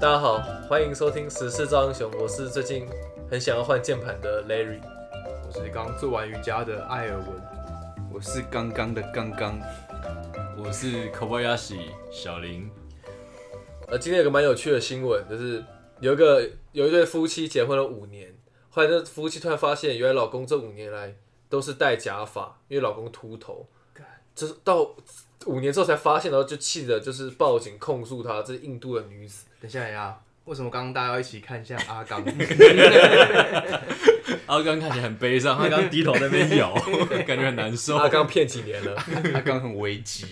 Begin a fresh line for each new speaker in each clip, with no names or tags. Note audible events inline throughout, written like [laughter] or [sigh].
大家好，欢迎收听《时事造英雄》，我是最近很想要换键盘的 Larry。
我是刚做完瑜伽的艾尔文，
我是刚刚的刚刚，
我是 Kobayashi 小林，
呃，今天有个蛮有趣的新闻，就是有一个有一对夫妻结婚了五年，后来那夫妻突然发现，原来老公这五年来都是戴假发，因为老公秃头，就是到五年之后才发现，然后就气得就是报警控诉他，这是印度的女子。
等一下呀，为什么刚刚大家要一起
[laughs]
看一下阿刚？
阿刚看起来很悲伤，他刚低头在那边摇，感觉很难受。
她刚骗几年了？
他刚很危急，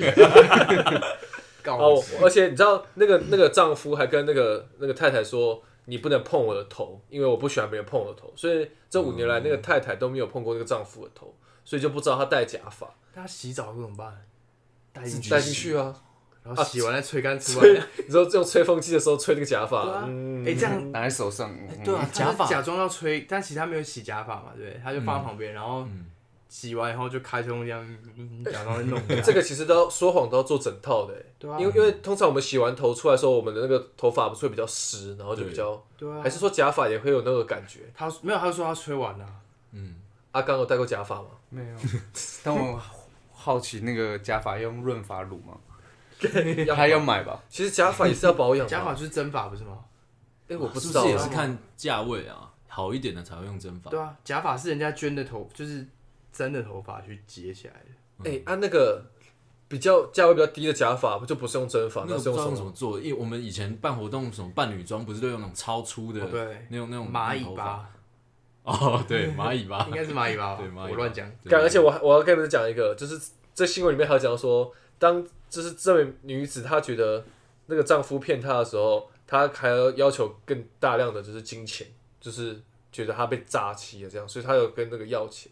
告
哦
我，
而且你知道那个那个丈夫还跟那个那个太太说，你不能碰我的头，因为我不喜欢别人碰我的头。所以这五年来，那个太太都没有碰过那个丈夫的头，所以就不知道他戴假发，
他洗澡怎么办？带进去，
戴进去啊。
然后洗完再吹干之
所以
外，
[laughs] 你知道用吹风机的时候吹那个假
对啊
发，嗯
哎，这样
拿在手上。嗯
对啊，
假发
假装要吹，但其实他没有洗假发嘛，对不对，他就放在旁边，然后洗完以后就开吹风机这样，嗯假装在弄这样。
这个其实都要说谎都要做整套的欸，
对啊
因为因为通常我们洗完头出来的时候，我们的那个头发不是会比较湿，然后就比较，
对啊
还，是说假发也会有那个感觉？
他没有，他说他吹完了，
阿刚有戴过假
[laughs]
发吗？
没有，但我好奇那个假发要用润发乳吗？他要买吧？
其实假发也是要保养的
[laughs] 假发
啊，
就是真发不是吗？
哎，我不知
是
道
是
啊，
也是看价位啊，好一点的才会用真发
对。啊，假发是人家捐的头，就是真的头发去结起来的。
嗯
哎、按、那个比较价位比较低的假发，不就不是用真发，
那
那
个不
是
知
用
道
什
用
么？
怎么做，因为我们以前办活动，什么扮女装，不是都用那种超粗的
哦，对，
那种那种
蚂蚁
头发
吧，
哦，对，蚂蚁吧
应，该是蚂蚁吧？
对蚂蚁吧
我乱讲。
对
干而且我还我要跟你们讲一个，就是这新闻里面还有讲到说，当就是这位女子她觉得那个丈夫骗她的时候，她还要要求更大量的就是金钱，就是觉得她被诈欺了这样，所以她有跟那个要钱。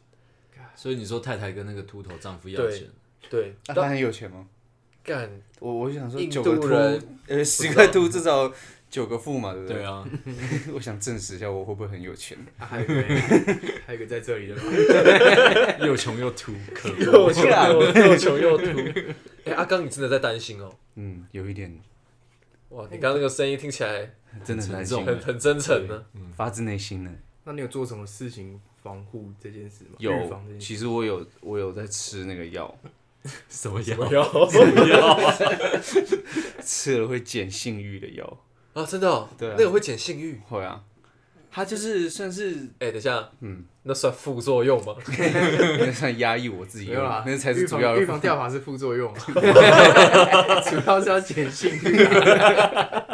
所以你说太太跟那个秃头丈夫要
对
钱，
对，
啊他很有钱吗？ [laughs]
干
我我想说
印
九个
度人
秃，呃，十个秃至少九个富嘛，对不
对
对？
啊，
[laughs] 我想证实一下，我会不会很有钱？
啊还有一个，还有一个在这里的吧？
又穷又秃，可
又
恶
穷又又穷又秃。哎、阿刚，你真的在担心哦？
嗯，有一点，
哇，
哎
你刚刚那个声音听起来
真的很难
沉
受
重，
很很真诚呢、
发自内心的。
那你有做什么事情防护这件事吗？预
有
防这，件事。
其实我有，我有在吃那个药，
什么
不
药？
要
吃了会减性欲的药。
[laughs] 啊！真的、哦，
对啊
那个会减性欲。
会啊，它就是算是
哎、等一下，嗯，那算副作用
[laughs]
吗？
那算压抑我自己
没有啦，
那才是
预
主
防
要
预防掉发是副作用啊， [laughs] 主要是要减性欲啊。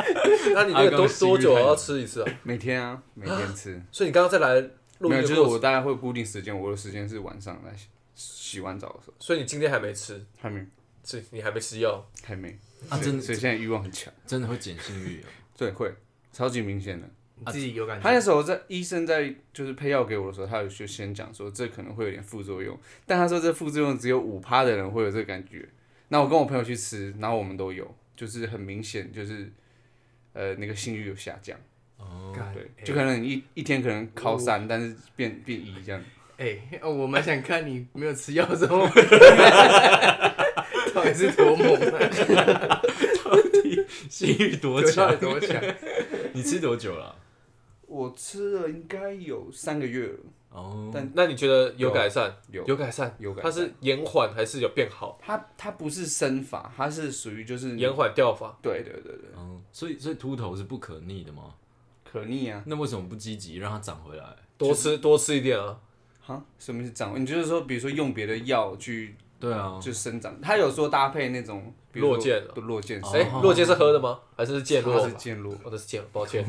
那你那个多
阿刚的性欲
多久
太
要
浓
吃一次啊？
[laughs] 每天啊，每天吃。
所以你刚刚再来录
没
音的
有，就是
过
我
程，
大概会固定时间，我的时间是晚上来洗洗完澡的时候，
所以你今天还没吃，
还没，
所以你还没吃药。
还没。所
啊，
以
真
所以现在欲望很强，
真的会减性欲哦。
对，会超级明显的。
你自己有感
他
觉？
那时候在医生在就是配药给我的时候，他有就先讲说这可能会有点副作用，但他说这副作用只有五趴的人会有这个感觉。那我跟我朋友去吃，然后我们都有，就是很明显就是呃那个性欲有下降。
干
对，
哎
就可能你一一天可能考三，但是变变一这样。
哎，哦我蛮想看你没有吃药之后，到底是多猛啊，
性欲多
到
强 [laughs]
底？多强？
啊你吃多久了？
我吃了应该有三个月了，
哦，
那你觉得有改善？
有
有改善，
有改
它是延缓还是有变好？
它它不是生法，它是属于就是
延缓掉发，
对对对对，
哦，所以所以秃头是不可逆的吗？
可逆啊。
那为什么不积极让它长回来？
多吃多吃一点啊。
哈，什么是长？你就是说，比如说用别的药去
对啊，
就生长，它有说搭配那种比如说
落剑啊
对哦落剑
哦
哎、落剑是喝的吗？还是健
它
落
是？剑落，
我的哦是健落，抱歉。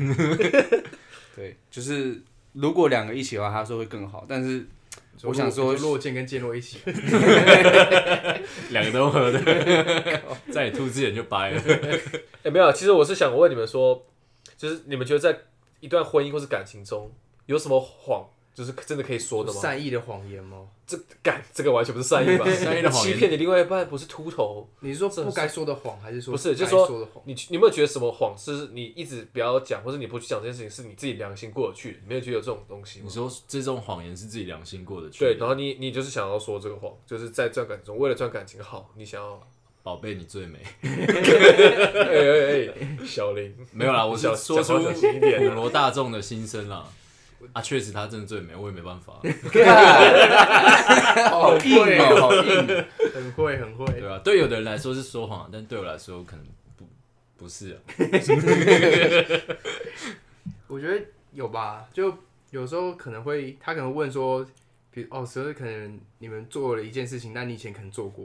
对，就是如果两个一起的话，他说会更好，但是我想说
就落剑跟剑落一起，
两个都喝的， [laughs] 在你吐之前就掰了。
哎、没有，其实我是想问你们说，就是你们觉得在一段婚姻或是感情中，有什么谎，就是真的可以说的吗？
善意的谎言吗？
这干这个完全不是善 [laughs] 意吧？
善意的谎言
欺骗你另外一半不是秃头，
你是说不该说的谎，还是说
不是，就
该
是说
说的谎？
你你有没有觉得什么谎是你一直不要讲，或者你不去讲这件事情，是你自己良心过得去的？你没有觉得有这种东西吗
你？说这种谎言是自己良心过得去
对，
的，
[laughs] 然后你你就是想要说这个谎，就是在这段感情中，为了这段感情好，你想要
宝贝你最美。
哎哎哎，小林，
没有啦，我
小
是说出
讲话小心一点啊
普罗大众的心声啦。啊，确实她真的最美，我也没办法，
好硬哦，好硬。
很会很
对
会，
吧、对有的人来说是说谎，但对我来说可能不不是、啊。
我觉得有吧，就有时候可能会，他可能问说，比如哦，所以可能你们做了一件事情，那你以前可能做过，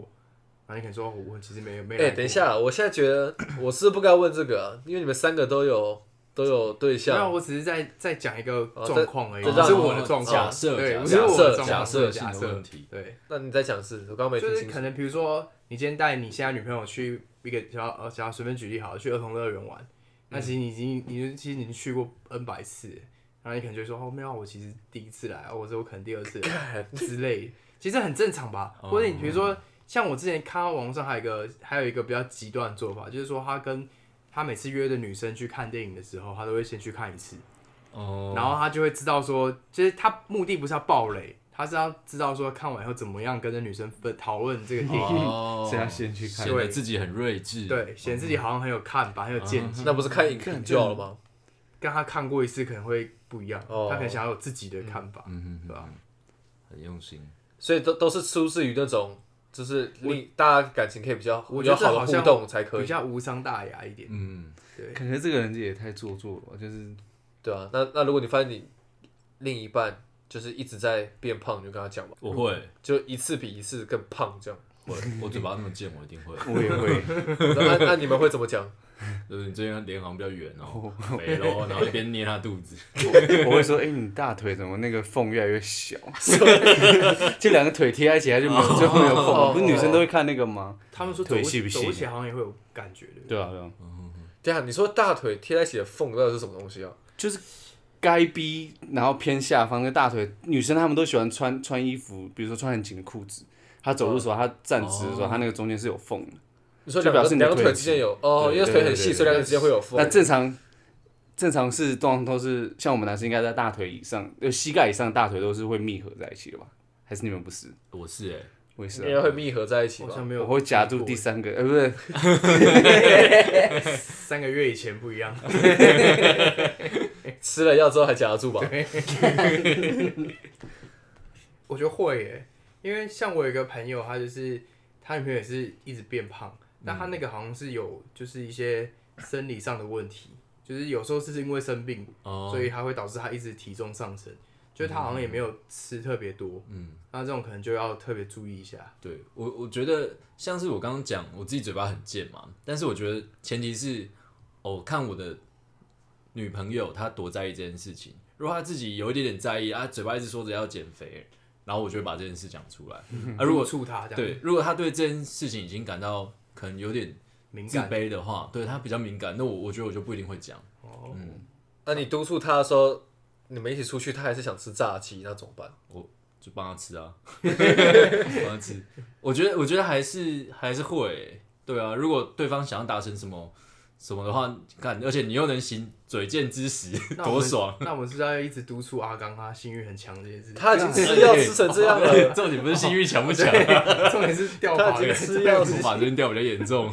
然后你可能说，哦我其实没有没
[laughs]
有。
哎，等一，下，我现在觉得我是不该问这个啊，因为你们三个都有都有对
没有，
象，
我只是在在讲一个
哦
状况而已，
这
只是
这
我的状况，
假设
对，
假
不是我的状况
假设
是假
性的
设
问题，
对。
那你再讲一次，我刚刚没
就
听
是
清楚
可。能比如说，你今天带你现在女朋友去一个小呃，小随便举例好了，去儿童乐园玩，
嗯
那其实你已经，你就其实你已经去过 N 百次，然后你可能就说哦，没有啊，我其实第一次来，或者我可能第二次
[laughs]
来之类的，其实很正常吧。
哦
或者你比
嗯
如说，像我之前看到网络上还有一个还有一个比较极端的做法，就是说他跟他每次约的女生去看电影的时候，他都会先去看一次。
哦，
然后他就会知道说，就是他目的不是要暴雷，他是要知道说看完以后怎么样跟着女生分讨论这个电影，
哦
所以要先去看
显得自己很睿智，
对，显得自己好像很有看法，很有见解。
那不是看影评就好了吗？
跟他看过一次可能会不一样，
哦
他可能想要有自己的看法，
嗯，嗯
对啊吧？
很用心。
所以都都是出自于那种，就是令大家感情可以比较
我
比
觉
较
得这
好
好
的
像
互动才可
比
以，
较无伤大雅一点。
嗯，
对，
感觉这个人也太做作了吧，就是
对啊，那那如果你发现你另一半就是一直在变胖，你就跟他讲吧，
我会，
就一次比一次更胖这样。
会，我嘴巴那么贱，我一定会。
我也会。 [laughs]
那那你们会怎么讲？
就是你最近脸好像比较圆哦，肥 [laughs] 咯，然后一边捏他肚子，
我会说，哎、你大腿怎么那个缝越来越 [laughs] 小？就两个腿贴在一起，它就没有，最后没有
哦
缝。不是女生都会看那个吗？
他们说走
腿
不
细不细
走起来好像也会有感觉，对不对？
对啊，对啊，
对啊，你说大腿贴在一起的缝到底是什么东西啊？
就是该逼，然后偏下方的大腿，女生她们都喜欢穿穿衣服，比如说穿很紧的裤子。她走路的时候，她站直的时候，她那个中间是有缝的。
你说
就
两个
表示你的
两个腿
腿
之间有哦，
对
因为腿很细，
对对对
所以两个之间会有缝
那。正常正常是通常都是像我们男生应该在大腿以上，就膝盖以上，大腿都是会密合在一起的吧？还是你们不是？
我是哎、
我也是、
应该
啊。
会密合在一起
好
吧
像？没有
我
过，
会夹住第三个，呃，不是，
三个月以前不一样，
吃了药之后还夹得住吧？
我觉得会耶，因为像我有一个朋友，他就是他女朋友也是一直变胖，但他那个好像是有就是一些生理上的问题，就是有时候是因为生病，
哦，
所以他会导致他一直体重上升，就是他好像也没有吃特别多，
嗯，啊
那这种可能就要特别注意一下。
对我我觉得像是我刚刚讲，我自己嘴巴很贱嘛，但是我觉得前提是，哦，看我的女朋友她多在意这件事情，如果她自己有一点点在意，啊，嘴巴一直说着要减肥，然后我就会把这件事讲 [laughs] 出来，啊，如果
触他这样，
对，如果她对这件事情已经感到可能有点
敏
自
感，
卑的话，对她比较敏感，那我我觉得我就不一定会讲。
那你督促他的时候，你们一起出去，他还是想吃炸鸡，那怎么办？
就帮他吃啊， [laughs] 帮他吃。我觉得，我觉得还是还是会欸、对啊。如果对方想要达成什么什么的话，看，而且你又能行嘴贱之实，
那我
多
们
爽！
那我们是不是要一直督促阿刚他性欲很强这件事，
他已经吃药吃成这样了，
重点不是性欲强不强，
[laughs]
[laughs]
重点是掉
他
发
已
的啊
经，吃药吃
我把这边掉比较严重。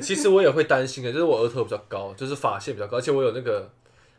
其实我也会担心的，就是我额头比较高，就是发线比较高，而且我有那个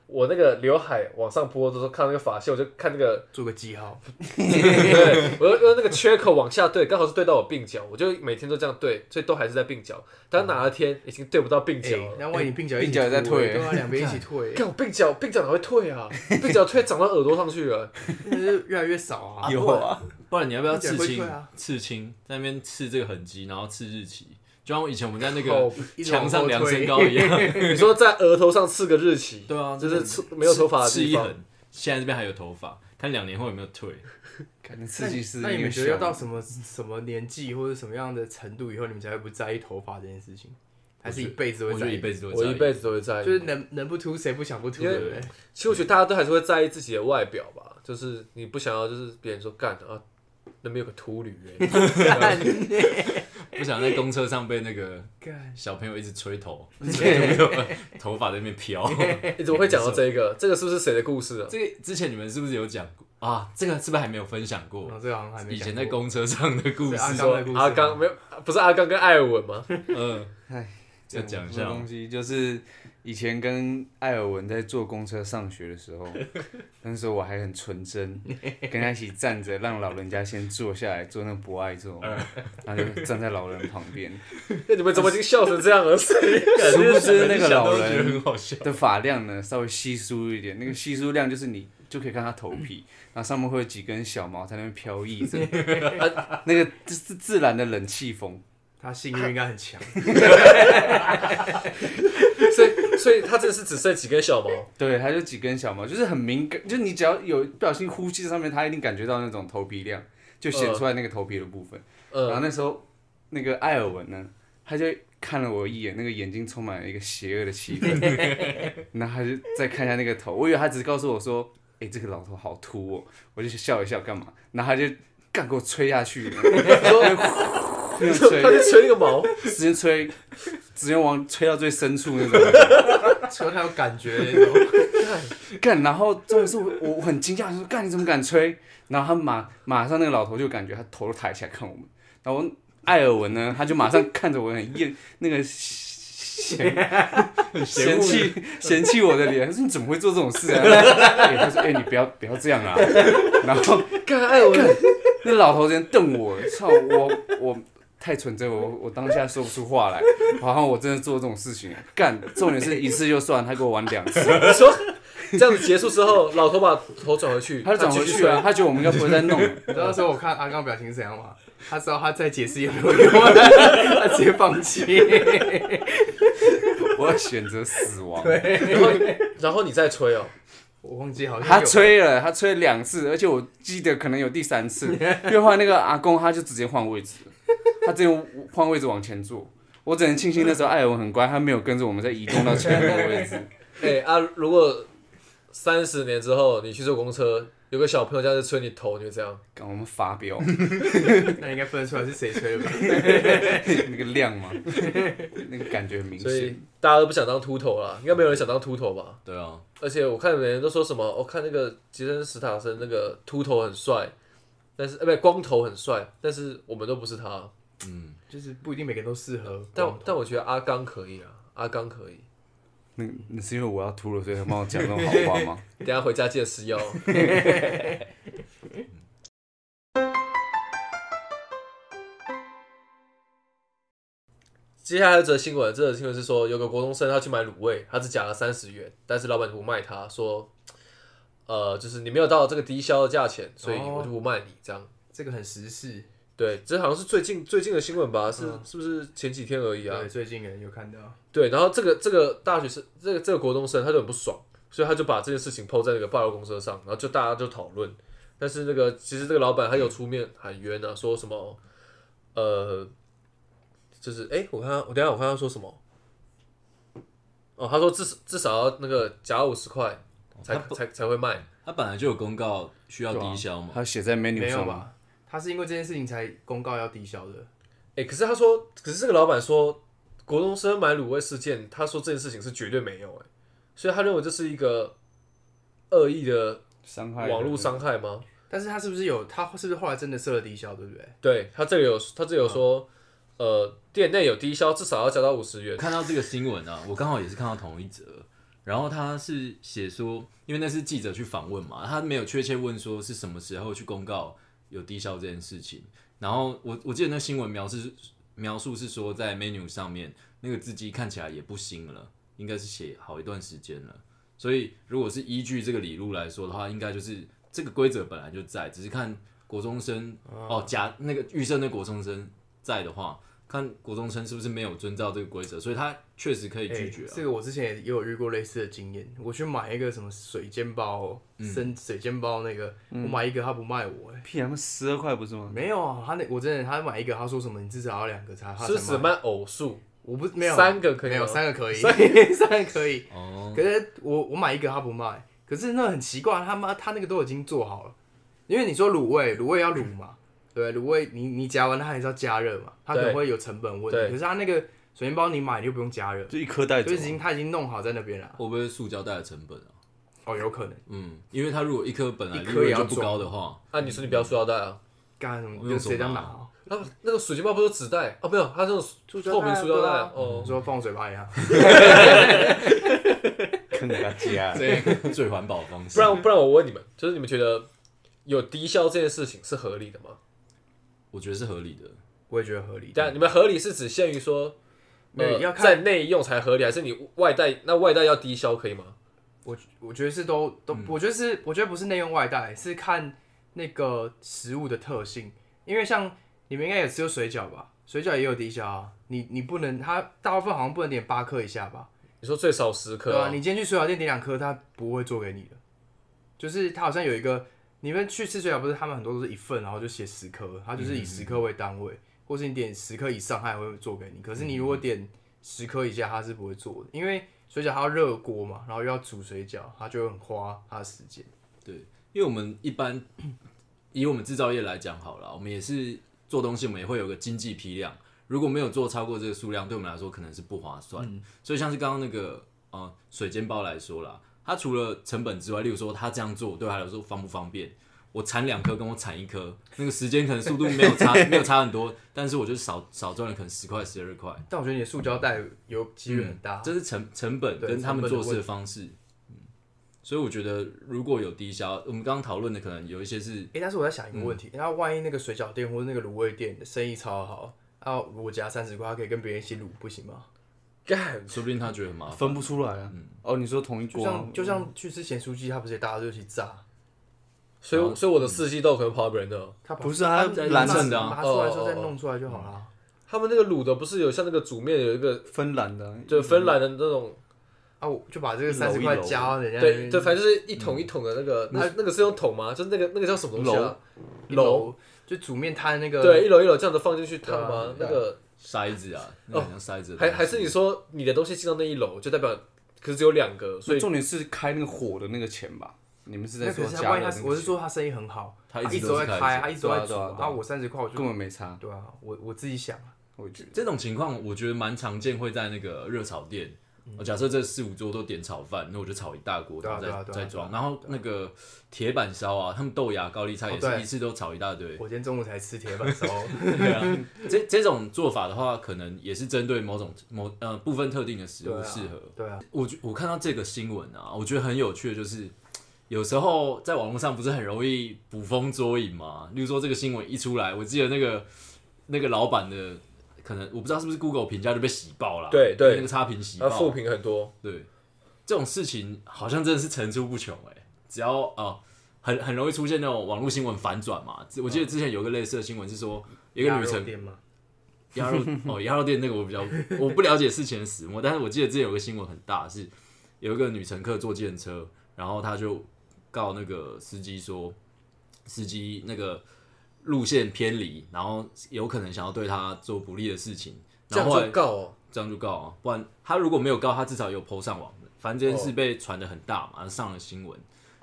我那个刘海往上拨的时候，看到那个发线，我就看那个， [laughs]
做个记号，
对我就用那个缺口往下对，刚好是对到我鬓角，我就每天都这样对，所以都还是在鬓角。但哪一天已经对不到鬓
哎
角了，
那万一你鬓角一起
鬓角也在退
对啊，两边一
[laughs]
起退，
看我鬓角，鬓角哪会退啊？鬓角退长到耳朵上去了，
真的是越来越少啊。
有啊，
[laughs] 不然你要不要刺
会退
青？
啊
刺青在那边刺这个痕迹，然后刺日期，就像我以前我们在那
好
个
一直往
墙
后
上量
退
身高一样。
你说在额头上刺个日期，
对 [laughs] 啊，
就是
真的
刺没有头发的
刺
地
一
方，
痕，现在这边还有头发，看两年后有没有退。
感觉刺激是
[laughs] 那你
因为
们觉得要
小
到什么什么年纪或者什么样的程度以后，你们才会不在意头发这件事情？还是一辈子
我
会
觉
在
得一
意？
辈子都会
我
在
一
意
辈子都会在意。
就是能能不秃谁不想不秃，
因为
对不对？
其实我觉得大家都还是会在意自己的外表吧，就是你不想要，就是别人说干啊，那边有个秃驴欸，
不想在公车上被那个
干
小朋友一直吹头，头发在那边飘。
欸 [laughs] 你怎么会讲到这个？这个是不是谁的故事啊？
这个之前你们是不是有讲过？啊，这个是不是还没有分享过
然？哦后这个好像还没
以前
讲
在
过
公车上的故
对阿啊
事，
刚的故事
阿刚
吗
没有，不是阿刚跟艾尔文吗？
嗯，
唉，
要讲一
这
下
种
吗
东西，就是以前跟艾尔文在坐公车上学的时
[laughs]
候，那时候我还很纯真，跟他一起站着，让老人家先坐下来坐那博爱座，
嗯
然后就站在老人旁边。
那你们怎么已经笑成这样了？
殊不知那个
想
老
都觉得
人
很好笑。
的发量呢稍微稀疏一点，那个稀疏量就是你就可以看他头皮，然后上面会有几根小毛在那边飘逸
[laughs]
着，啊那个自自自然的冷气风。
他性欲应该
[laughs]
很强，
所以所以他真的是只剩几根小毛，
对，它就几根小毛，就是很敏感，就是你只要有不小心呼吸上面，它一定感觉到那种头皮量，就显出来那个头皮的部分。然
嗯，
后那时候那个艾尔文呢，他就看了我一眼，那个眼睛充满了一个邪恶的气氛，然后他就再看一下那个头，我以为他只是告诉我说，哎、这个老头好秃哦，我就笑一笑干嘛，然后他就干给我吹下
[laughs]
去，那种
他
吹，
就吹那个毛，
直接吹，直接往吹到最深处那种。
车他有感觉那种，
干，然后重点是我我我很惊讶，说干你怎么敢吹？然后他马马上那个老头就感觉他头都抬起来看我们，然后艾尔文呢，他就马上看着我很厌那个嫌嫌弃嫌弃我的脸，他说你怎么会做这种事啊？哎他说哎、你不要不要这样啊，然后
干艾尔文，
那老头直接瞪我，操我我太纯真了，我我当下说不出话来，好像我真的做这种事情，啊干，重点是一次就算，他给我玩两次。
你说这样子结束之后，老头把头转回去，
他就转
继
回
续
去啊，他觉得我们应该不会再弄了，
你知道那时候我看阿刚表情是怎样吗？他知道他再解释也没
[laughs]
有用，他直接放弃。
[laughs] 我要选择死亡。
吹，然后然后你再吹哦，
我忘记好像
他
有
吹了，他吹了两次，而且我记得可能有第三次，因为后来那个阿公他就直接换位置了，他直接换位置往前坐。我只能庆幸那时候艾尔文很乖，他没有跟着我们再移动到前面的位置。
哎啊，如果三十年之后你去坐公车，有个小朋友这样子吹你头，你会这样？
看我们发飙
那应该分得出来是谁吹的吧？
那个量嘛，那个感觉很明
所以
显。
大家都不想当秃头啦，应该没有人想当秃头吧？
对啊，
而且我看有人都说什么，我、看那个杰森·斯塔森那个秃头很帅，但是呃不、光头很帅，但是我们都不是他。
嗯，
就是不一定每个人都适合。
但但我觉得阿刚可以啊，阿刚可以。
那那是因为我要秃了，所以他帮我讲那种好话吗？
等一下回家记得吃
[laughs]
药。哦接下来这则新闻，这则新闻是说，有个国中生他去买卤味，他只加了三十元，但是老板不卖他，说，呃，就是你没有到这个低消的价钱，所以
哦
我就不卖你这样。
这个很时事，
对，这好像是最近最近的新闻吧？是、
嗯
是不是前几天而已啊
对，？最近人有看到，
对，然后这个这个大学生，这个这个国中生他就很不爽，所以他就把这件事情抛在那个霸道公社上，然后就大家就讨论。但是那个其实这个老板他有出面喊冤啊，说什么呃，就是哎、诶我看他我等一下我看他说什么。哦，他说至少至少要那个加五十块才才才会卖，
他本来就有公告需要
啊
低消嘛，
他写在 menu
没有
上吗？
吧？他是因为这件事情才公告要抵消的，
哎、可是他说，可是这个老板说，国中生买卤味事件，他说这件事情是绝对没有哎、所以他认为这是一个恶意的
伤害
网络伤害吗？
但是他是不是有他是不是后来真的设了抵消，对不对？
对他这里有他这里有说，呃，店内有低消，至少要加到五十元。
看到这个新闻啊，我 [laughs] 刚好也是看到同一则，然后他是写说，因为那是记者去访问嘛，他没有确切问说是什么时候去公告有低消这件事情。然后我我记得那新闻描述描述是说，在 menu 上面那个字迹看起来也不新了，应该是写好一段时间了。所以如果是依据这个理路来说的话，应该就是这个规则本来就在，只是看国中生哦假那个预设那国中生在的话，看国中生是不是没有遵照这个规则，所以他确实可以拒绝
欸
啊。
这个我之前也有遇过类似的经验，我去买一个什么水煎包，生水煎包那个，我买一个他不卖我、欸，
屁，他们十二块不是吗？
没有啊，他那我真的他买一个，他说什么你至少要两个才他
是不是只
才卖，
卖偶数，
我不没有
三个可以吗
没有三个可以， [laughs] 三个可以，
哦，
可是我我买一个他不卖，可是那很奇怪，他妈他那个都已经做好了，因为你说卤味，卤味要卤嘛，对，卤味你你夹完它还是要加热嘛，它可能
对
会有成本问题，
对
可是他那个水煎包你买你就不用加热，
就一颗带
就已经他已经弄好在那边了。
会不会是塑胶袋的成本啊？
哦，有可能
嗯，因为他如果一颗本来
一颗
利润
也要
就不
装
高的
[laughs]
话，
啊，你说你不要塑料袋啊？
干什么
我
就
用
直接这样
手
拿
拿
哦，
那那个水晶包不是纸袋啊？没有，它这种透明塑料袋啊哦
我。说放我嘴巴一样，
坑大家。
最 [laughs] 最环保的方式。
不然不然，我问你们，就是你们觉得有低效这件事情是合理的吗？
我觉得是合理的。
我也觉得合理。
但你们合理是只限于说，
没有
呃，
要看
在内用才合理，还是你外带？那外带要低消可以吗？
我我觉得是都都，我觉得是我觉得不是内用外带，是看那个食物的特性。因为像你们应该也吃过水饺吧，水饺也有低消啊。你你不能，它大部分好像不能点八颗以下吧？
你说最少十
对
克、
啊，你今天去水饺店点两颗，他不会做给你的。就是他好像有一个，你们去吃水饺不是他们很多都是一份，然后就写十颗，他就是以十颗为单位，或是你点十颗以上，他也会做给你。可是你如果点十颗以下，他是不会做的，因为水饺它要热锅嘛，然后又要煮水饺，它就会很花它的时间。
对，因为我们一般 [clears throat] 以我们制造业来讲好了，我们也是做东西，我们也会有个经济批量。如果没有做超过这个数量，对我们来说可能是不划算。
嗯
所以像是刚刚那个呃水煎包来说啦，它除了成本之外，例如说它这样做对他来说方不方便？我产两颗跟我产一颗，那个时间可能速度没有
[laughs]
差没有差很多，但是我就少少赚了可能十块十二块。
但我觉得你的塑胶袋有几率很大，
这嗯是成成本
对
跟他们
成本的
做事的方式。嗯，所以我觉得如果有低消，我们刚刚讨论的可能有一些是
哎、但是我在想一个问题，那、万一那个水饺店或者那个卤味店生意超好，啊，我加三十块，他可以跟别人一起卤，不行吗？
干，
说不定他觉得很麻烦。
分不出来啊！哦，你说同一
就
锅吗
像？就像去吃咸酥鸡，他不是也大家都一起炸？
所以所以我的四季豆可能跑到别人那儿。
他把
不是啊
把
在
把
蓝
色的啊
把它出来
哦
之后
哦
再
哦
弄出来就好了。啊
他们那个卤的不是有像那个煮面有一个，
芬兰的啊，
就芬兰的那种，
啊，我就把这个
一楼
三十
一
块
楼
加到人家那
对
边
对，反正就是一桶一桶的那个，那那个是用桶吗？就是那个那个叫什么东西啊？
一楼就煮面摊那个
对，一篓一篓这样子放进去烫吗？那
对啊
个
筛子啊，
哦
那很像筛子的东
还
西，
还是你说你的东西进到那一篓，就代表可是只有两个，所
所以
以
重点是开那个火的那个钱吧？你们是在
那
说
可是他
加
万
的
一
那
他
个钱？
我是说他生意很好，
他
一
一直
直
都
都在
是
开，
开
他一直都在煮，
对啊对啊对啊
啊，我三十块我就
根本没差，
对啊，我我自己想啊，
我觉得。
这种情况，我觉得蛮常见，会在那个热炒店。我假设这四五桌都点炒饭，那我就炒一大锅，
嗯对
然
啊
后
对
再
啊对啊
再装。然后那个铁板烧啊，他们豆芽、高丽菜也
哦对
是一次都炒一大堆。
我今天中午才吃铁板烧，
对啊，这这种做法的话，可能也是针对某种某呃部分特定的食
对
物
啊
适合。
对啊，
我觉我看到这个新闻啊，我觉得很有趣的就是，有时候在网络上不是很容易捕风捉影嘛。例如说这个新闻一出来，我记得那个那个老板的，可能我不知道是不是 Google 评价就被洗爆了，
对对
那个差评洗
它啊负
爆，
评很多。
对，这种事情好像真的是层出不穷哎、只要啊、呃很很容易出现那种网络新闻反转嘛。我记得之前有个类似的新闻是说，一个
鸭
女
肉
生
店嘛，
鸭肉哦，鸭肉店那个我比较我不了解事情的始末，但是我记得之前有个新闻很大，是有一个女乘客坐计程车，然后她就告那个司机说，司机那个路线偏离，然后有可能想要对她做不利的事情，
这
然
样
后后来
就告哦，
这样就告啊，不然她如果没有告，她至少有 PO 上网的，反正这件
哦
事被传的很大嘛，上了新闻，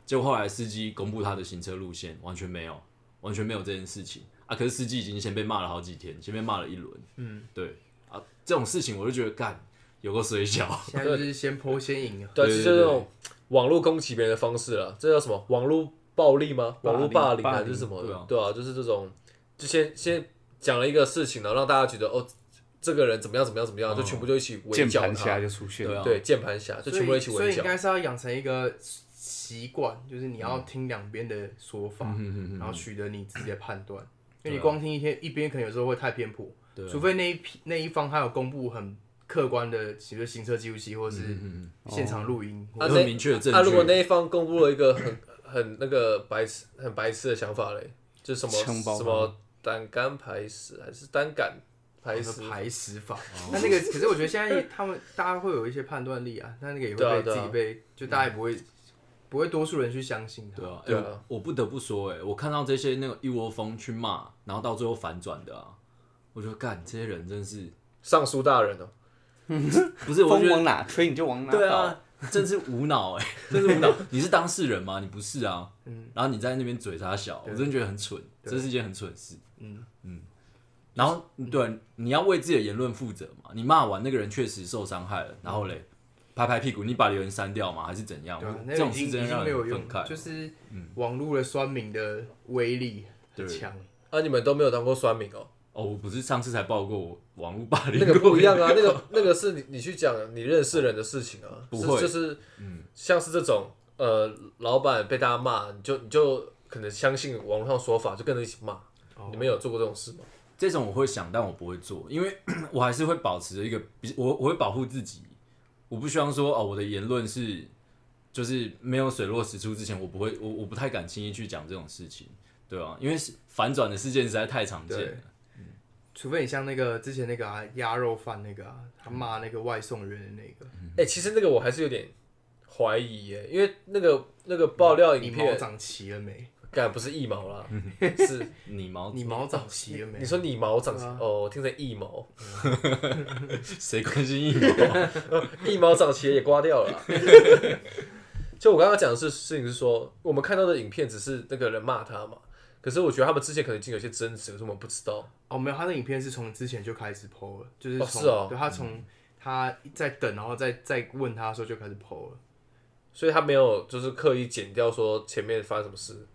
结果后来司机公布他的行车路线，完全没有，完全没有这件事情啊，可是司机已经先被骂了好几天，先被骂了一轮。
嗯
对啊，这种事情我就觉得干有个水饺，
现在就是先剖先赢啊，
对，
对
就是
对
这种网络攻击别人的方式了。这叫什么？网络暴力吗？
霸
网
凌
络霸凌
霸
还
凌
是什么
对
的
啊？
对啊，就是这种，就先先讲了一个事情，然后让大家觉得哦，这个人怎么样怎么样怎么样，就全部就一起围
键
剿
盘
他
侠。就出现
对
了，
啊
对，键盘侠就
哦所
全
以
部都一起
所
围
以
剿
应。该是要养成一个习惯，就是你要听两边的说法，
嗯
然
嗯
后取得你自己的判断。因为你光听一天一边，可能有时候会太偏颇，
啊对啊
除非那一批那一方他有公布很客观的，比如说行车记录器或
嗯
是现场录音，
啊
有
那
很明确的证
那如果
据。
那一方公布了一个很很那个白痴、很白痴的想法嘞，就什么
枪爆他
什么单杆排死还是单杆排
什
死
么？排时法。
哦
那那个，可是我觉得现在也他们大家会有一些判断力啊，那那个也
对啊
会被
对
自
啊
己被，就大家也不会不会多数人去相信他
对。啊，哎、
对啊
我我不得不说、哎，我看到这些那个一窝蜂去骂，然后到最后反转的啊，我觉得干这些人真是
尚书大人哦，
不是，我觉
风
得
往哪吹你就往哪
对
倒。
啊，真是无脑
[laughs]
哎、真是无脑。你是当事人吗？你不是啊，
嗯
然后你在那边嘴他小，我真的觉得很蠢，这是一件很蠢事，
嗯
嗯。然后对，你要为自己的言论负责嘛？你骂完那个人确实受伤害了，然后嘞，拍拍屁股，你把留言删掉吗？还是怎样？
嗯对啊，那
这
个
种
已
事
经已
真的
经
让
没有
人
用
愤慨。，嗯
就是网络的酸民的威力很
对
强。
啊，你们都没有当过酸民
[laughs]
哦？
哦，我不是上次才报过我网络霸凌，
那个不一样啊，那个那个是你你去讲你认识人的事情啊，
不
是
会
就是
嗯
像是这种呃，老板被大家骂，你就你就可能相信网络上说法，就跟着一起骂。
哦
你们有做过这种事吗？
这种我会想，但我不会做，因为 [clears throat] 我还是会保持一个比我我会保护自己，我不希望说哦我的言论是就是没有水落石出之前，我不会我我不太敢轻易去讲这种事情，对啊，因为是反转的事件实在太常见了，
除非你像那个之前那个啊鸭肉饭那个啊，他骂那个外送员的那个，
哎、其实那个我还是有点怀疑耶，因为那个那个爆料
你
影
毛
片，
长齐了没？
干不是一毛啦，是
你毛 [laughs]
你毛长齐了没？
你说你毛长、
对啊
哦，我听成一毛，
谁关心一毛？
一毛长齐了也刮掉了啦。
[laughs]
就我刚刚讲的是事情是说，我们看到的影片只是那个人骂他嘛，可是我觉得他们之前可能已经有些争执，可是我们不知道。
哦，没有，他的影片是从之前就开始 PO 了，就是
哦
从、
是哦
对他从他在等，然后再再问他的时候就开始 PO 了。
所以他没有就是刻意剪掉说前面发生什么事，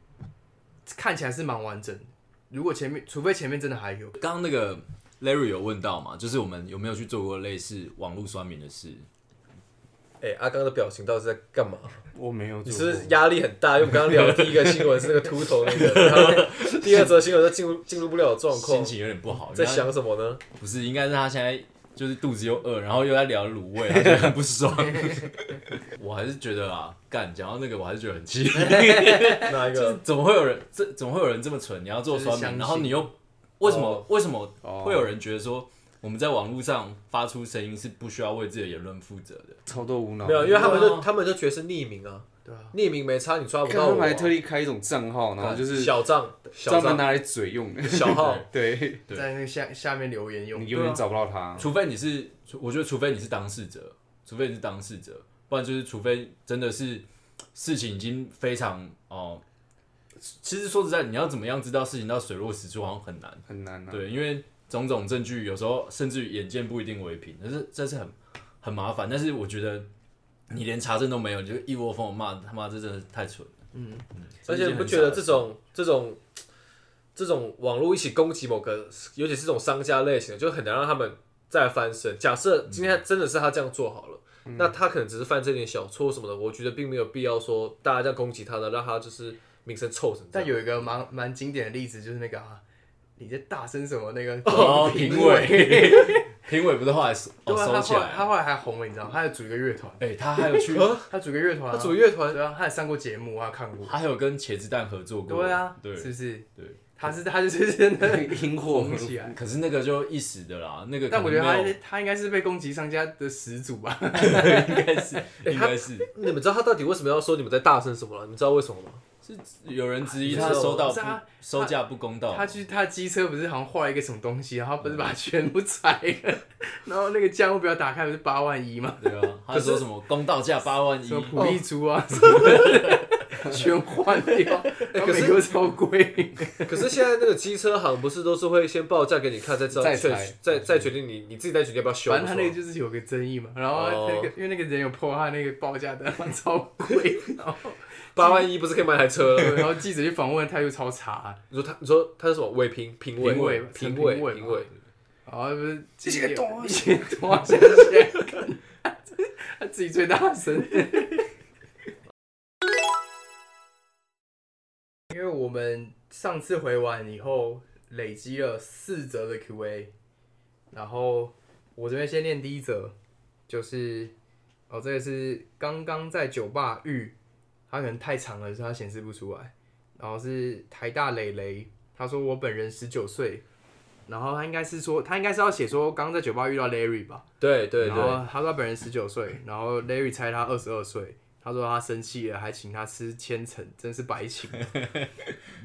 看起来是蛮完整的。如果前面，除非前面真的还有，
刚刚那个 Larry 有问到嘛，就是我们有没有去做过类似网络酸民的事？
哎、阿刚的表情到底是在干嘛？
我没有
你
做
是不
过
是压力很大？因为我们刚刚聊的第一个新闻是那个秃头那个，然后第二则新闻就进入进入不了状况
心，情有点不好，
在
因为
想什么呢？
他不是应该是他现在就是肚子又饿，然后又在聊卤味，
[laughs]
他觉得很不爽。我还是觉得啊，干讲到那个，我还是觉得很
[laughs]
气。
哪一
就是
个？
怎么会有人这怎么会有人这么蠢？你要做酸
就是相信
民，然后你又为什么、
哦
为什么
哦
会有人觉得说我们在网络上发出声音是不需要为自己的言论负责的？
超多无脑
没，有，因为他们
对
就
啊
他们就觉得是匿名啊，
对啊，
匿名没差，你抓不
哦看
到
他们
我啊、
还特地开一种账号，然后就是
小账小
专门
账
拿来嘴用的。
小号，
[laughs]
啊
对，
对
在那个下下面留言用啊
你，永远找不到
哦
他。
除非你是，除我觉得除非你是当事者，除非你是当事者，不然就是除非真的是事情已经非常哦、其实说实在，你要怎么样知道事情到水落石出，好像很难。
很
[laughs]
难啊。
对，因为种种证据有时候甚至眼见不一定为凭，但是这是很很麻烦。但是我觉得你连查证都没有，你就一窝蜂地骂他妈，这真的是太蠢了。嗯，
而
这是
且
一件
你不
很
觉
傻
得
的
这
事
种这种这种网络一起攻击某个，尤其是这种商家类型的，就很难让他们再翻身。假设
嗯
今天真的是他这样做好了，那他可能只是犯这点小错什么的，我觉得并没有必要说大家这样攻击他呢，让他就是名声臭成这
但
样。
有一个蛮蛮经典的例子，就是那个啊，你在大声什么那个
哦
评
评委，评委不是后来收
对
哦
啊，
收
他
起
后来
来
他
了？
后来还红了，你知道吗，他还组一个乐团，
哎，他还有
[laughs]
去，
啊
他组一个乐团、
他
啊，
组乐团，
对啊，他也上过节目，我还看过，
他还有跟茄子蛋合作过。
对啊，
对
是不是？
对。
他是他就是真的
因祸
红
得
起来，
可是那个就一时的啦，那个
啊但我
可
觉得
能没
他
有
他应该是被攻击商家的始祖吧。
应该是
哎
应该是
你们知道他到底为什么要说你们在大声什么了？你们知道为什么吗？
是有人质疑
不是
他
哦
收到
不是啊
不收价不公道
[laughs] 他，去他机车不是好像坏了一个什么东西，然后他不是把它全部拆了，然后那个价目表打开不是八万一吗？
对啊，他
可是
说什么公道价八万一
什么，普利珠啊，什么全换掉，然后
可
每
是
个超贵。
可是现在那个机车行不是都是会先报价给你看，再知道
再
确
裁
再再决定你你自己再决定要不要修。
反正他
是吗
那个就是有个争议嘛，然后
哦
那个因为那个人有破他那个报价单， [laughs] 超贵， [laughs] 然后
八万一不是可以买台车了？
对然后记者去访问态度超差，啊
你说他，你说他是什么委评评委
评委
评
陈评委
委
嘛
评委？
然后不是
这些东
西，这些东西，这些他自己最大声。因为我们上次回完以后，累积了四则的 Q&A，然后我这边先念第一则，就是哦，这个是刚刚在酒吧遇，它可能太长了，所以它显示不出来。然后是台大磊磊，他说我本人十九岁，然后他应该是说，他应该是要写说刚刚在酒吧遇到 Larry 吧，
对对
然
对，
后啊他说他本人十九岁，然后 Larry 猜他二十二岁，他说他生气了，还请他吃千层，真是白请。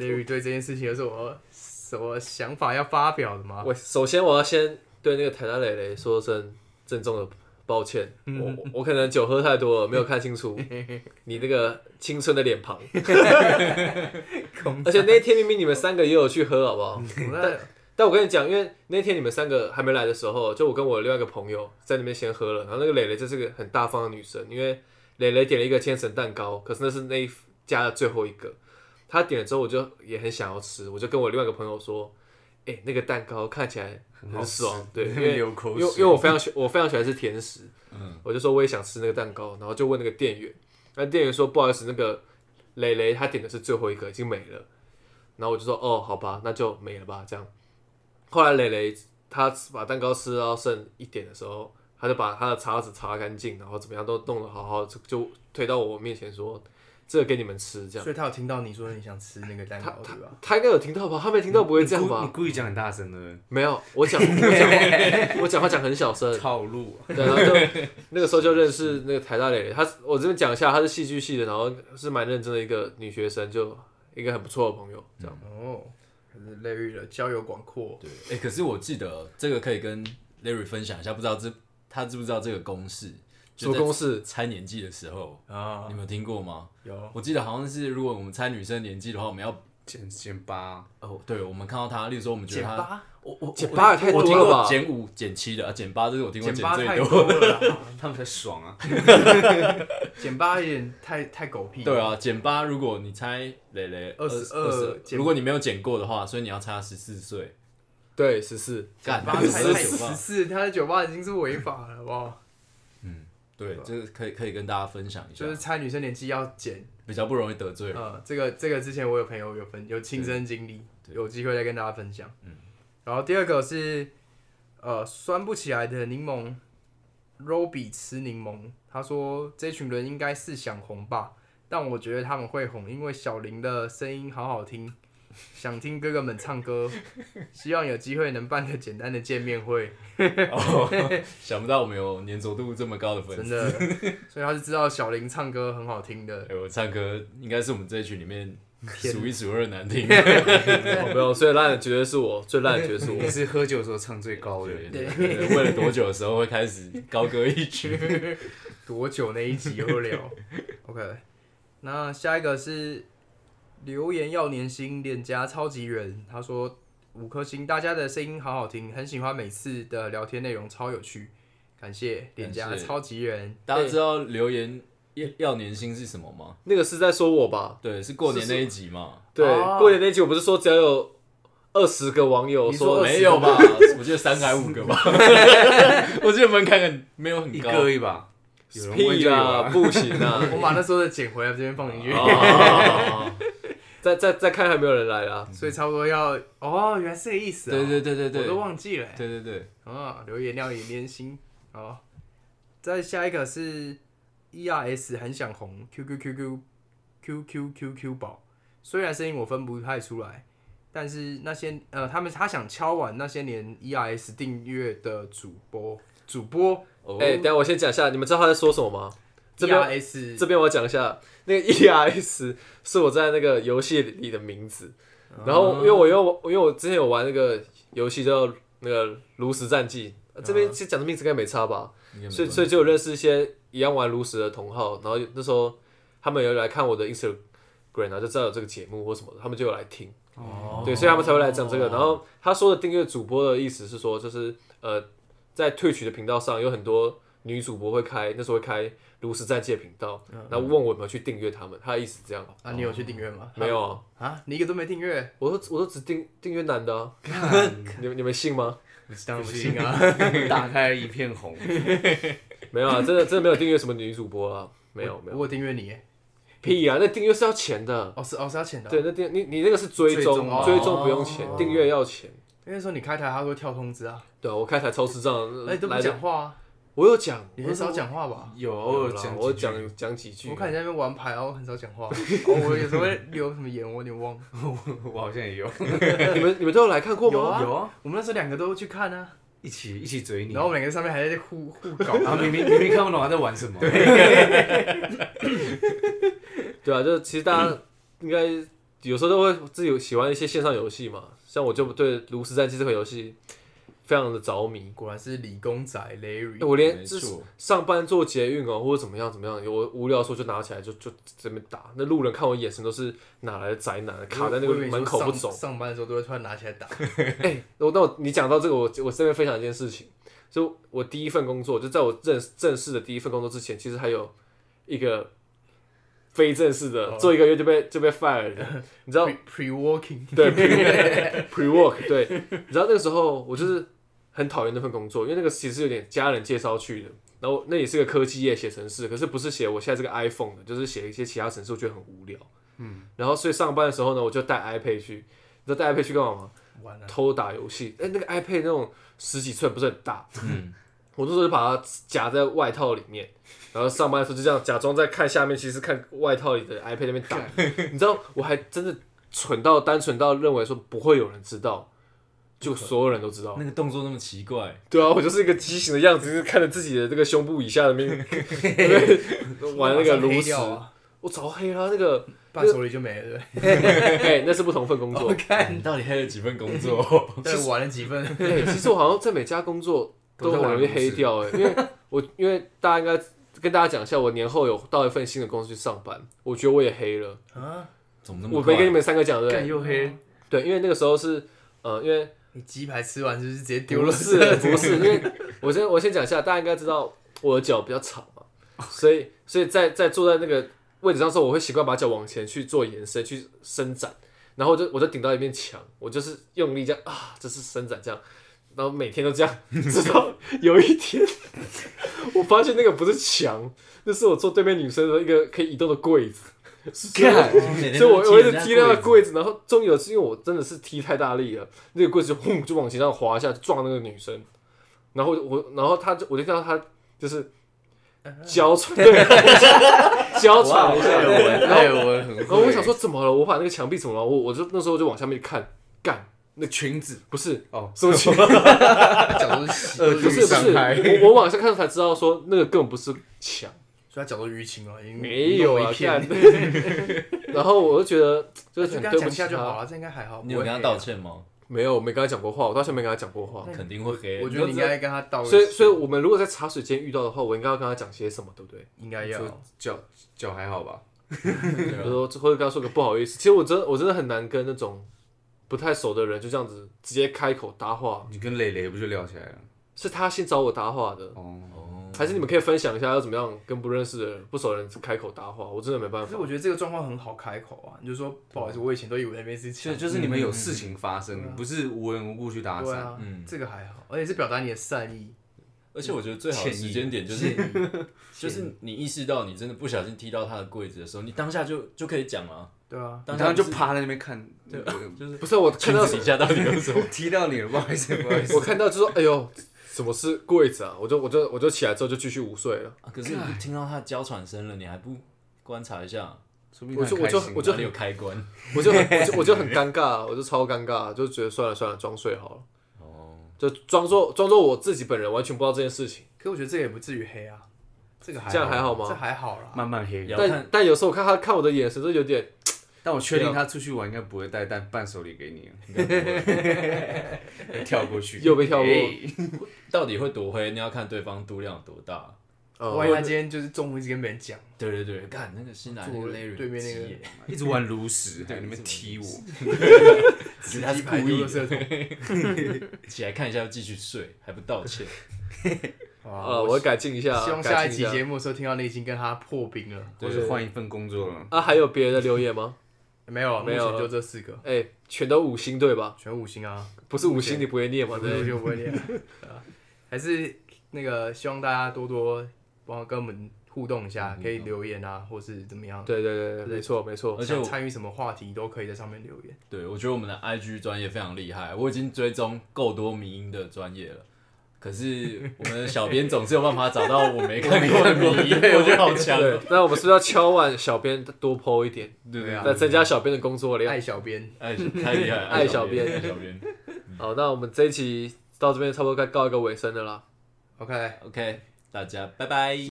Larry 对这件事情有什么什么想法要发表的吗？
我首先我要先对那个台南磊磊说声郑重的抱歉，
[laughs]
我我我可能酒喝太多了，没有看清楚 [laughs] 你那个青春的脸
[laughs]
庞，而且那天明明你们三个也有去喝，好不好？
啊
我在
但我跟你讲，因为那天你们三个还没来的时候，就我跟我另外一个朋友在那边先喝了，然后那个蕾蕾就是个很大方的女生，因为蕾蕾点了一个千层蛋糕，可是那是那一家的最后一个，她点了之后我就也很想要吃，我就跟我另外一个朋友说，哎、那个蛋糕看起来很爽，
[laughs]
对，因为
流口
因为因为我非常喜我非常喜欢吃甜食，
嗯
我就说我也想吃那个蛋糕，然后就问那个店员，那店员说不好意思，那个蕾蕾她点的是最后一个，已经没了。然后我就说哦，好吧，那就没了吧，这样。后来蕾蕾她把蛋糕吃到剩一点的时候，她就把她的叉子擦干净，然后怎么样都弄得好好，就就推到我面前说这个给你们吃，这样。
所以他有听到你说你想吃那个蛋糕，对吧？
她应该有听到吧？她没听到不会这样
你
吧？
故意讲很大声的，
没有，我讲我讲我讲话讲很小
[laughs]
声，
套路啊，
[laughs] 对，然后就那个时候就认识那个台大磊磊，她是我这边讲一下，她是戏剧系的，然后是蛮认真的一个女学生，就一个很不错的朋友，这
嗯
样。
哦，可是 Larry 的交友广阔，
对，哎、可是我记得这个可以跟 Larry 分享一下，不知道知他知不知道这个公式？
什么公式？
猜年纪的时候，
啊
你，们有听过吗？
有
我记得好像是，如果我们猜女生年纪的话，我们要
减减八，
哦，对，我们看到她，例如说我们觉得
减
她，
八，
我我
减八也太多了吧
我听过减五、减七的，啊，减八这是我听过
减
减
八
最
太
多。
多了啦，
他们才爽
[laughs]
啊！
减八有点太太狗屁，
[laughs] 对，啊，减八，如果你猜蕾蕾
22
22
减
如果你没有减过的话，所以你要猜她十四岁。
对，十四。
干，
八
她
才
14
十
九吧
四，他在酒吧已经是违法了，好不
啊
好？
对，这个可以可以跟大家分享一下
就，是猜女生年纪要减，
比较不容易得罪人。
呃，这个这个之前我有朋友有分有亲身经历，有机会再跟大家分享。嗯，然后第二个是呃酸不起来的柠檬，Roby 吃柠檬，他说这群人应该是想红吧，但我觉得他们会红，因为小林的声音好好听，想听哥哥们唱歌，希望有机会能办个简单的见面会。
哦，想不到我们有粘着度这么高的 [laughs] 粉
真
丝。
的，所以他是知道小林唱歌很好
[laughs]
听的。
哎，我唱歌应该是我们这一群里面
天
数一数二难听。
哦没有，最烂的绝对是我，最烂的绝对是我
[laughs] 也。是喝酒的时候唱最高的。
对对对为了多久的时候会开始高歌一曲？
多久那一集
[laughs]
又聊？OK，那下一个是留言要年薪，脸颊超级圆。他说五颗星，大家的声音好好听，很喜欢每次的聊天内容，超有趣。感谢脸颊
感谢
超级圆，
大家知道留言要要年薪是什么吗？
那个是在说我吧？
对，是过年那一集嘛？
对，
哦
过年那集我不是说只要有二十个网友
你说
说
20
没有吧？ [laughs] 我记得三个还五个吧。我记得门槛很没有很
一
高。
个一把，有人问
屁
就有
啦，
啊。
不行
[laughs]
啊！
我把那时候的剪回来这边放进去，
啊
哦再再再看还没有人来啦。
所以差不多要哦，原来是这个意思、啊。
对对对对对，
我都忘记了欸、
对对对，
啊，留言料理年薪哦。再下一个是 E R S 很想红 Q Q Q Q Q Q Q Q 宝，虽然声音我分不太出来，但是那些呃，他们他想敲完那些年 E R S 订阅的主播主播
嗯
哦
哎，等一下我先讲一下，你们知道他在说什么吗？这
E
边
R S
这边我讲一下，那个 ERS 是我在那个游戏里的名字。然后因为我用因为我之前有玩那个游戏叫那个炉石战记，这边其实讲的名字应该没差吧，
应该没
所以
关
所以就有认识一些一样玩炉石的同好，然后那时候他们有来看我的 Instagram，然后就知道有这个节目或什么的，他们就有来听。对，所以他们才会来讲这个。然后他说的订阅主播的意思是说，就是呃，在 Twitch 的频道上有很多女主播会开，那时候会开炉石战界频道，然后问我有没有去订阅他们，他的意思是这样。
啊，你有去订阅吗？
没有啊，
啊，你一个都没订阅，
我说我说只订订阅男的、啊，你们你们信吗？
当然不信啊。
打开一片红，
没有啊，真的真的没有订阅什么女主播啊，没有没有，
我有订阅你耶，
屁啊，那订阅是要钱的。
哦是哦是要钱的哦，
对，那订你你那个是追
追
踪
踪，
追踪不用钱
哦，
订阅要钱。
因为说你开台他会跳通知啊，
对啊，我开台超智障，
哎都不
来的
讲话啊，
我有讲，
你很少讲话吧？
有偶
我
尔
有啦
讲，
我有，讲讲几句
我。看你在那边玩牌，然后很少
[laughs]
讲话。哦，我有时候会留什么言，我有点忘。
[laughs] 我好像也有，
[laughs] 你们你们都有来看过吗？
有啊
有啊，
我们那时候两个都去看啊，
一起一起嘴你，
然后我们两个上面还在互互 [laughs]
[laughs]
搞。
然后明明明明看不懂他在玩什么，
对啊，就其实大家应该有时候都会自己喜欢一些线上游戏嘛，像我就不对炉石战记这款游戏非常的着迷。
果然是理工仔 Larry，
我连
没
这
错
上班做捷运哦，或者怎么样怎么样，我无聊的时候就拿起来就就这边打。那路人看我眼神都是哪来的宅男，卡在那个
我以为你说
门口不
上
走。
上班的时候都会突然拿起来打，
哎、我那我你讲到这个，我我这边分享一件事情，就我第一份工作，就在我正正式的第一份工作之前，其实还有一个非正式的，
哦
做一个月就被就被 fire 的，你
[laughs]
知道
pre pre walking，
对 pre pre work，对，你知道那个时候我就是很讨厌那份工作，因为那个其实有点家人介绍去的，然后那也是个科技业写程式，可是不是写我现在这个 iPhone 的，就是写一些其他程式，我觉得很无聊。嗯，然后所以上班的时候呢，我就带 iPad 去，你知道带 iPad 去干嘛吗？啊
完了，
偷打游戏。哎、那个 iPad 那种十几寸不是很大，
嗯，
我那时候就把它夹在外套里面，然后上班的时候就这样假装在看下面，其实看外套里的 iPad 那边打。你知道，我还真的蠢到单纯到认为说不会有人知道，就所有人都知道。
那个动作那么奇怪，
对啊，我就是一个畸形的样子，就是看着自己的这个胸部以下的面玩那个
马上
炉
黑
石
掉，啊
我早黑了那个，
伴手礼就没了，
哎，那是不同份工作
对。不对？
你到底还有几份工作？
但是玩了
[laughs]
几份，
哎、其实我好像在每家工作都很容易黑掉哎、因为我因为大家应该跟大家讲一下，我年后有到一份新的公司去上班，我觉得我也黑了，
啊，
[laughs] 怎么那
我
么快
没跟你们三个讲对不嗯对，
又黑，
对，因为那个时候是呃，因为
你鸡排吃完就是直接丢
不
了，
是不是，因为我先我先讲一下，大家应该知道我的脚比较长嘛，所以所以在在坐在那个位置上的时候，我会习惯把脚往前去做延伸去伸展，然后我就我就顶到一面墙，我就是用力这样啊，这是伸展这样。然后每天都这样， [laughs] 直到有一天，我发现那个不是墙，那是我坐对面女生的一个可以移动的柜子。
干
每 [laughs] 天
所以
都
我我一直
人家
踢那个
子
柜子，然后终于有一次，因为我真的是踢太大力了，那个柜子就轰就往前上滑一下，撞那个女生，然后我然后她就我就看到她就是娇喘，对， [laughs] 娇喘一下，
哦
艾文，
然后
艾文很会。
然后我想说怎么了？我把那个墙壁怎么了？我我就那时候就往下面看，干
那裙子
不是
哦，
什么情
[laughs]
况？啊
[laughs] 角度是
呃
不是不
伤害
是，我我往下看才知道说那个根本不是墙。
所以他角度淤青哦，已经
没有
弄
啊
一，片，
干 [laughs] 然后我就觉得就
就是
很
跟他
对
讲
不
一
起啊
下就好
他，
了，这应该还好。
你有
不会
跟他
黑
道
啊？
歉吗？
没有，我没跟他讲过话，我到现在没跟他讲过话。
肯定会黑。
我觉得你应该跟他道个歉，
所以，所以我们如果在茶水间遇到的话，我应该要跟他讲些什么，对不对？
应该要
就脚脚还好吧？
对
比
啊
如说，或者跟他说个不好意思。其实我真我真的很难跟那种不太熟的人就这样子直接开口搭话，
你跟磊磊不就聊起来了？
是他先找我搭话的，
哦，
哦，
还是你们可以分享一下要怎么样跟不认识的人、不熟的人开口搭话？我真的没办
可是
法。
我觉得这个状况很好开口啊，你就说不好意思，我以前都以为那边是
就
墙，
就是你们有事情发生，不是无缘无故去搭
对
讪。
啊，
嗯
这个还好，而且是表达你的善意，
而且我觉得最好的时间点就是 [laughs] 就是你意识到你真的不小心踢到他的柜子的时候，你当下就就可以讲了。
对啊，
你
当
刚
下
刚就
不是
趴在那边看，
就是
不是我看
裙
到
子底下到底有什么？
踢到你了，不好意思，不好意思。
我看到就说，哎呦，什么是柜子啊？我就我就我就起来之后就继续午睡了。
[laughs] 啊可是你听到他的娇喘声了，你还不观察一下
[laughs] 说不定
我就我就
他很开心
我就
哪里有开 [laughs] 关？
我就很我就我就很尴尬，我就超尴尬，就觉得算了算了，装睡好了，
哦，
就装作装作我自己本人完全不知道这件事情。
可我觉得这个也不至于黑啊，这个还
这样还好吗
这还好啦，
慢慢黑。
要看
但但有时候我看他看我的眼神，就有点
但我确定
啊
他出去玩应该不会带但伴手礼给
[laughs]
你，跳过去
又被跳过
哎
[laughs] 到底会多灰，你要看对方度量有多大。
呃，
万一他
我
今天就是中午一直跟别人讲，
对对对，干那个新来那
坐
个 Larry
对面那个
急耶
一直玩
[laughs]
炉石，还在那边踢我，
我觉得他是
鸡排
故
丢
意
了射
的，
桶，
起来看一下又继续睡，还不道歉。
好啊
呃，我会改进一下，
希望下
改
一
进
集
下
节目的时候听到内心跟他破冰了，
我是换一份工作了。
啊，还有别的留言吗？ [laughs]
没有，啊
没有
目前
了
就这四个，
哎、全都五星对吧？
全五星啊，
不是五星你不会念吗？
我
哦对
这
不对，
就不会念，对啊还是那个希望大家多多帮跟我们互动一下，可以留言啊，或是怎么样，
对对对对，没错没错
而。且我
想参与什么话题都可以在上面留言，
对，我觉得我们的 IG 专业非常厉害，我已经追踪够多迷音的专业了。可是我们的小编总是有办法找到我没看过的迷音， [laughs] 我觉得好强
对
哦。，
那我们是不是要敲碗小编多 PO 一
[laughs]
点，
对
啊
来增加小编的工作量？
爱小编，
哎，太厉害了，
爱小编
爱小编。
好，那我们这一集到这边差不多该告一个尾声的啦。
OK。
OK，大家拜拜。